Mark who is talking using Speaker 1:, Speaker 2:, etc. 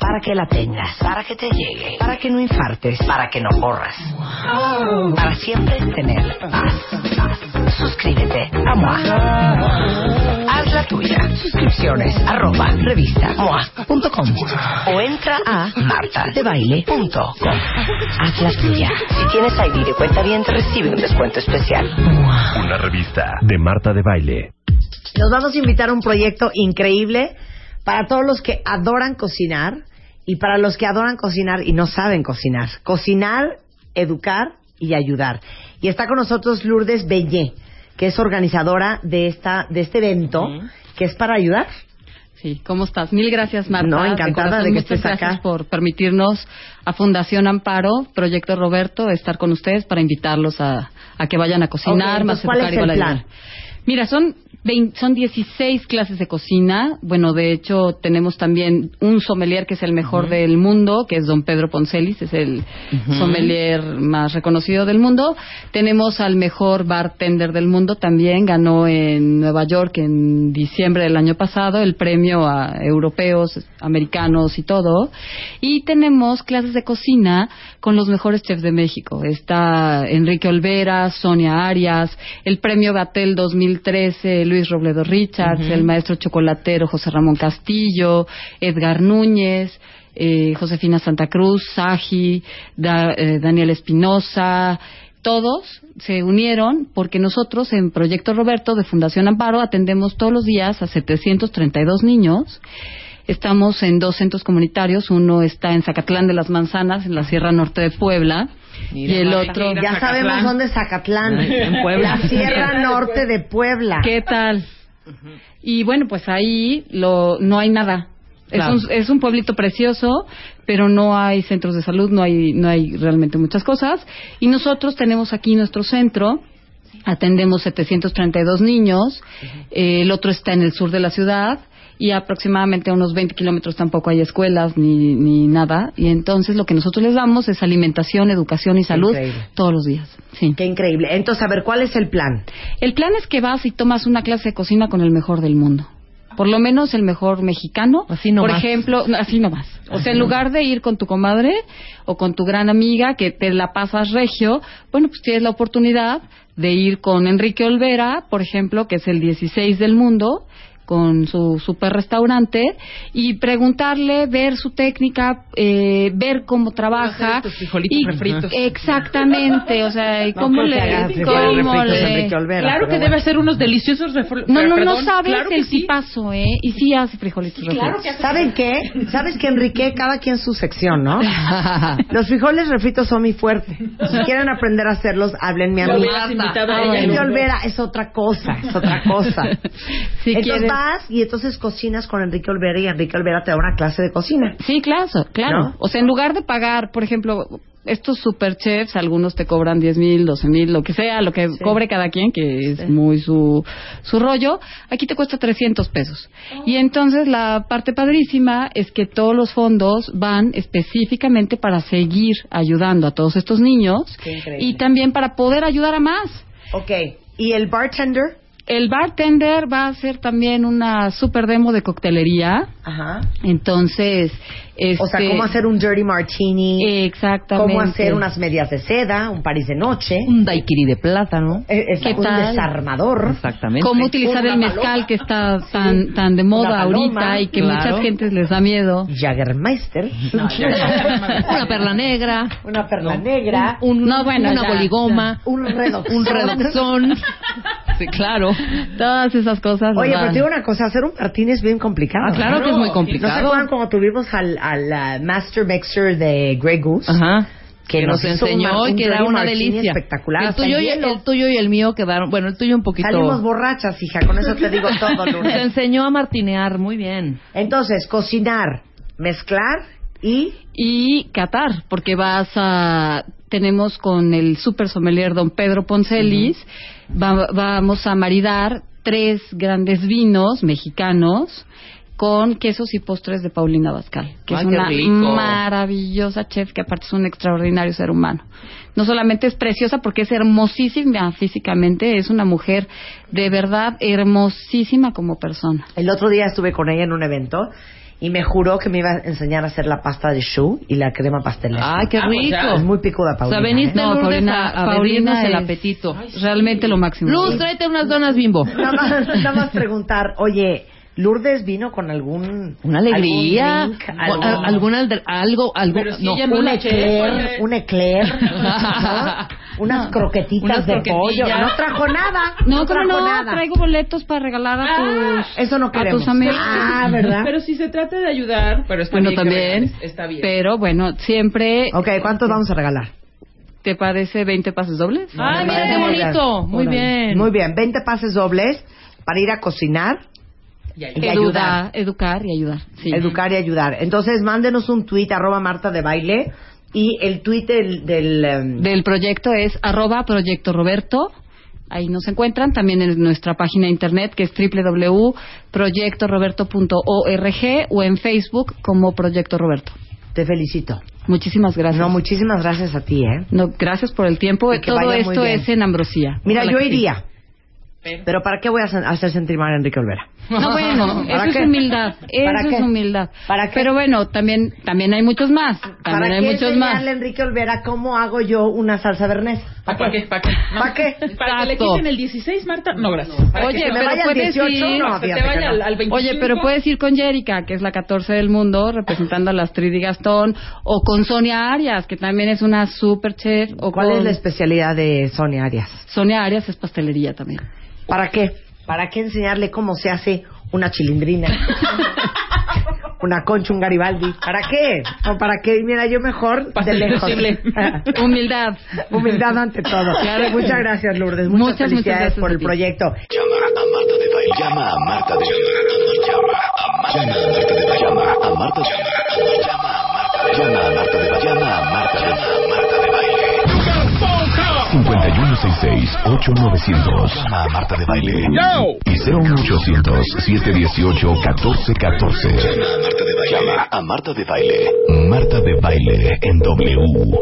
Speaker 1: para que la tengas, para que te llegue, para que no infartes, para que no corras. Para siempre tener paz. paz. Suscríbete a MOA. Haz la tuya. Suscripciones arroba revista moa.com o entra a martadebaile.com. Haz la tuya. Si tienes ID de cuenta bien, te recibe un descuento especial. MOA.
Speaker 2: Una revista de Marta de Baile.
Speaker 3: Nos vamos a invitar a un proyecto increíble para todos los que adoran cocinar y para los que adoran cocinar y no saben cocinar. Cocinar, educar y ayudar. Y está con nosotros Lourdes Bellé, que es organizadora de, esta, de este evento, que es para ayudar.
Speaker 4: Sí, ¿cómo estás? Mil gracias, Marta.
Speaker 3: No, encantada
Speaker 4: corazón,
Speaker 3: de que
Speaker 4: muchas
Speaker 3: estés
Speaker 4: gracias
Speaker 3: acá.
Speaker 4: por permitirnos a Fundación Amparo, Proyecto Roberto, estar con ustedes para invitarlos a, a que vayan a cocinar,
Speaker 3: Ok, entonces,
Speaker 4: más
Speaker 3: ¿cuál
Speaker 4: educar
Speaker 3: es
Speaker 4: y
Speaker 3: el
Speaker 4: igual ayudar.
Speaker 3: plan?
Speaker 4: Mira, son, 20 son 16 clases de cocina. Bueno, de hecho, tenemos también un sommelier que es el mejor del mundo, que es don Pedro Poncelis, es el sommelier más reconocido del mundo. Tenemos al mejor bartender del mundo también, ganó en Nueva York en diciembre del año pasado el premio a europeos, americanos y todo. Y tenemos clases de cocina con los mejores chefs de México. Está Enrique Olvera, Sonia Arias, el premio Gatel 2013, Luis Robledo Richards, el maestro chocolatero José Ramón Castillo, Edgar Núñez. eh, Josefina Santa Cruz, Saji, Da- eh, Daniel Espinosa, todos se unieron porque nosotros en Proyecto Roberto de Fundación Amparo atendemos todos los días a 732 niños. Estamos en dos centros comunitarios, uno está en Zacatlán de las Manzanas, en la Sierra Norte de Puebla, y el otro...
Speaker 3: Ya sabemos dónde es Zacatlán.
Speaker 5: en Puebla.
Speaker 3: La Sierra Norte de Puebla.
Speaker 4: ¿Qué tal? Y bueno, pues ahí lo, no hay nada.
Speaker 5: Claro.
Speaker 4: Es, un, es un pueblito precioso, pero no hay centros de salud, no hay, no hay realmente muchas cosas. Y nosotros tenemos aquí nuestro centro, atendemos 732 niños, eh, el otro está en el sur de la ciudad y aproximadamente a unos 20 kilómetros tampoco hay escuelas ni, ni nada. Y entonces lo que nosotros les damos es alimentación, educación y salud
Speaker 3: Increíble.
Speaker 4: todos los días. Sí.
Speaker 3: Qué increíble. Entonces, a ver, ¿cuál es el plan?
Speaker 4: El plan es que vas y tomas una clase de cocina con el mejor del mundo. Por lo menos el mejor mexicano.
Speaker 5: Así nomás.
Speaker 4: Por ejemplo, no, así nomás. O sea, en lugar de ir con tu comadre o con tu gran amiga que te la pasas regio, bueno, pues tienes la oportunidad de ir con Enrique Olvera, por ejemplo, que es el 16 del mundo, con su super restaurante, y preguntarle, ver su técnica, eh, ver cómo trabaja.
Speaker 5: estos frijolitos
Speaker 4: y-
Speaker 5: refritos.
Speaker 4: Exactamente, o sea, y
Speaker 3: No
Speaker 4: cómo
Speaker 3: creo que
Speaker 4: le...
Speaker 3: hagas frijoles
Speaker 4: cómo
Speaker 3: refritos,
Speaker 4: le...
Speaker 3: Enrique Olvera,
Speaker 5: Claro que
Speaker 3: pero
Speaker 5: debe ser unos deliciosos refri-
Speaker 4: No, no, no
Speaker 5: perdón,
Speaker 4: sabes
Speaker 5: claro que
Speaker 4: el
Speaker 5: sí.
Speaker 4: tipazo, ¿eh? Y sí hace frijolitos
Speaker 5: Claro
Speaker 4: refritos.
Speaker 5: que hace-
Speaker 3: ¿Saben qué? ¿Sabes que Enrique? Cada quien su sección, ¿no? Los frijoles refritos son mi fuerte. Si quieren aprender a hacerlos, háblenme a
Speaker 5: Lo
Speaker 3: mí.
Speaker 5: hubieras invitado a
Speaker 3: Ah,
Speaker 5: ella.
Speaker 3: Enrique Olvera es otra cosa, es otra cosa.
Speaker 4: Si
Speaker 3: entonces
Speaker 4: quieres-
Speaker 3: vas y entonces cocinas con Enrique Olvera y Enrique Olvera te da una clase de cocina.
Speaker 4: Sí, claro, claro.
Speaker 3: ¿No?
Speaker 4: O sea, en lugar de pagar, por ejemplo, estos super chefs, algunos te cobran 10 mil, 12 mil, lo que sea, lo que cobre cada quien, que es muy su, su rollo, aquí te cuesta 300 pesos. Y entonces la parte padrísima es que todos los fondos van específicamente para seguir ayudando a todos estos niños
Speaker 3: Qué increíble.
Speaker 4: y también para poder ayudar a más.
Speaker 3: Ok. ¿Y el bartender?
Speaker 4: El bartender va a hacer también una super demo de coctelería.
Speaker 3: Ajá.
Speaker 4: Entonces, este, Eh,
Speaker 3: O sea, cómo hacer un dirty martini,
Speaker 4: exactamente Mm.
Speaker 3: cómo hacer unas medias de seda, un parís de noche,
Speaker 5: Un daiquiri de plátano.
Speaker 3: eh, es
Speaker 4: ¿Qué
Speaker 3: un
Speaker 4: tal?
Speaker 3: desarmador.
Speaker 5: Exactamente.
Speaker 4: cómo utilizar
Speaker 3: Una
Speaker 4: el mezcal
Speaker 3: paloma.
Speaker 4: que está tan tan de
Speaker 3: Una
Speaker 4: moda
Speaker 3: paloma,
Speaker 4: ahorita y que
Speaker 5: claro.
Speaker 4: muchas gentes les da miedo.
Speaker 3: Jagermeister.
Speaker 5: Una
Speaker 4: Una
Speaker 5: perla
Speaker 4: perla
Speaker 5: negra.
Speaker 3: una perla negra, un,
Speaker 4: No, bueno,
Speaker 5: una
Speaker 4: ya,
Speaker 5: boligoma.
Speaker 3: redox.
Speaker 5: Un redoxón. Sí, claro.
Speaker 4: Todas esas cosas.
Speaker 3: Oye,
Speaker 4: ¿verdad?
Speaker 3: pero te digo una cosa, hacer un martini es bien complicado.
Speaker 5: Ah, claro que es muy
Speaker 3: ¿No se
Speaker 5: complicado.
Speaker 3: acuerdan cuando tuvimos al, al, ah, Master Mixer de Grey Goose?
Speaker 5: Ajá.
Speaker 3: Que
Speaker 5: Que
Speaker 3: nos
Speaker 5: nos
Speaker 3: hizo un
Speaker 5: enseñó
Speaker 3: mar- un
Speaker 5: y que era
Speaker 3: dirty
Speaker 5: una
Speaker 3: martini
Speaker 5: delicia.
Speaker 3: espectacular,
Speaker 5: El
Speaker 3: hasta
Speaker 5: tuyo,
Speaker 3: el
Speaker 5: y el,
Speaker 3: hielo.
Speaker 5: tuyo y el mío quedaron. Bueno, el tuyo un poquito.
Speaker 3: Salimos borrachas, hija, con eso te digo todo,
Speaker 5: Te
Speaker 3: Lourdes.
Speaker 5: enseñó a martinear muy bien.
Speaker 3: Entonces, cocinar, mezclar y...
Speaker 4: y Qatar, porque vas a tenemos con el super sommelier don Pedro Poncelis, va- vamos a maridar tres grandes vinos mexicanos con quesos y postres de Paulina Bascal, que
Speaker 5: Ay,
Speaker 4: es
Speaker 5: qué
Speaker 4: una
Speaker 5: rico.
Speaker 4: maravillosa chef que aparte es un extraordinario ser humano. No solamente es preciosa porque es hermosísima físicamente, es una mujer de verdad hermosísima como persona.
Speaker 3: El otro día estuve con ella en un evento y me juró que me iba a enseñar a hacer la pasta de choux y la crema pastelera.
Speaker 5: Ay, qué rico.
Speaker 3: Es muy picuda,
Speaker 5: o sea,
Speaker 3: Paulina.
Speaker 5: veniste
Speaker 3: ¿eh?
Speaker 4: No,
Speaker 5: Lourdes
Speaker 4: Paulina-
Speaker 5: a, a
Speaker 4: Paulina
Speaker 5: abrirnos el
Speaker 4: es-
Speaker 5: apetito.
Speaker 4: Realmente lo máximo.
Speaker 5: Luz, eh, tráete unas donas bimbo.
Speaker 3: Nada más, nada más preguntar, oye, ¿Lourdes vino con algún...
Speaker 5: Una alegría.
Speaker 3: algún drink,
Speaker 5: o-
Speaker 3: algún-
Speaker 5: a- algún alder- algo, algo. no.
Speaker 3: un eclair, un eclair, ¿no? unas croquetitas
Speaker 5: Unas
Speaker 3: de pollo.
Speaker 5: croquetillas.
Speaker 3: No trajo nada.
Speaker 4: No, pero
Speaker 3: trajo
Speaker 4: no,
Speaker 3: nada. Ah,
Speaker 4: traigo boletos para regalar a tus...
Speaker 3: Eso no
Speaker 4: a
Speaker 3: queremos.
Speaker 4: tus amigos.
Speaker 3: Ah, ¿verdad?
Speaker 6: Pero si se trata de ayudar, pero está
Speaker 4: Bueno,
Speaker 6: bien que
Speaker 4: también.
Speaker 6: regales, está bien.
Speaker 4: Pero bueno, siempre...
Speaker 3: Ok, ¿cuántos vamos a regalar?
Speaker 4: ¿Te parece 20 pases dobles?
Speaker 5: Ay,
Speaker 3: Me
Speaker 5: mira
Speaker 3: parece
Speaker 5: qué
Speaker 3: muy
Speaker 5: bonito. Muy
Speaker 3: Órale.
Speaker 5: bien.
Speaker 3: Muy bien, 20 pases dobles para ir a cocinar,
Speaker 6: Y ahí-
Speaker 3: Y
Speaker 4: Educa-
Speaker 3: ayudar.
Speaker 4: Educar y ayudar. Sí.
Speaker 3: educar y ayudar. Entonces, mándenos un tuit, arroba Marta de Baile, y el tuit del... del, em,
Speaker 4: del proyecto es arroba proyecto Roberto. Ahí nos encuentran también en nuestra página de internet que es www.proyectoroberto.org o en Facebook como Proyecto Roberto.
Speaker 3: Te felicito.
Speaker 4: Muchísimas gracias.
Speaker 3: No, muchísimas gracias a ti, ¿eh?
Speaker 4: No, gracias por el tiempo.
Speaker 3: Y que
Speaker 4: Todo
Speaker 3: vaya muy
Speaker 4: esto
Speaker 3: bien.
Speaker 4: es en Ambrosía.
Speaker 3: Mira,
Speaker 4: Ojalá
Speaker 3: yo
Speaker 4: que sí.
Speaker 3: iría. Pero ¿para qué voy a sen- hacer sentir mal a Enrique Olvera?
Speaker 4: No, bueno,
Speaker 3: ¿Para
Speaker 4: eso
Speaker 3: qué?
Speaker 4: es humildad. Eso
Speaker 3: ¿Para qué?
Speaker 4: es humildad.
Speaker 3: ¿Para qué?
Speaker 4: Pero bueno, también también hay muchos más. También
Speaker 3: ¿Para
Speaker 4: hay
Speaker 3: qué
Speaker 4: muchos
Speaker 3: enseñarle
Speaker 4: más.
Speaker 3: a Enrique Olvera cómo hago yo una salsa bernés?
Speaker 6: ¿Para qué? ¿Para qué? No.
Speaker 3: ¿Para qué?
Speaker 6: ¿Para que le
Speaker 4: Exacto.
Speaker 6: quiten el 16, Marta? No, gracias. ¿Para
Speaker 4: Oye,
Speaker 6: que-
Speaker 3: me
Speaker 4: pero
Speaker 3: vaya al
Speaker 4: puedes
Speaker 3: 18,
Speaker 4: ir.
Speaker 3: no,
Speaker 6: que te
Speaker 3: fíjate que
Speaker 6: vaya
Speaker 3: no.
Speaker 6: al, al 25.
Speaker 4: Oye, pero puedes ir con Jerica, que es la 14 del mundo, representando a las Tridi Gastón, o con Sonia Arias, que también es una super chef, o
Speaker 3: ¿Cuál
Speaker 4: con
Speaker 3: es la especialidad de Sonia Arias?
Speaker 4: Sonia Arias es pastelería también.
Speaker 3: ¿Para qué? ¿Para qué enseñarle cómo se hace una chilindrina? una concha, un garibaldi. ¿Para qué? ¿O para qué? Mira, yo mejor de
Speaker 6: Pastel
Speaker 3: lejos.
Speaker 6: posible.
Speaker 4: Humildad.
Speaker 3: Ah. Humildad ante todo.
Speaker 4: Claro que
Speaker 3: Muchas
Speaker 4: sí.
Speaker 3: gracias, Lourdes. Muchas,
Speaker 4: Muchas, muchas
Speaker 3: felicidades
Speaker 4: gracias
Speaker 3: por
Speaker 4: a
Speaker 3: el
Speaker 4: ti.
Speaker 3: proyecto.
Speaker 7: Llama a Marta de Baile. Llama a Marta de Baile. Llama a Marta de Baile. Llama a Marta de Baile. Llama a Marta de Baile. Llama a Marta de Baile. Llama a Marta de Baile. Llama a Marta de Baile.
Speaker 2: 5166-8900
Speaker 7: Llama a Marta de Baile. Y 01800-718-1414. Llama a Marta de Baile. Llama a Marta de Baile. Marta de Baile en W.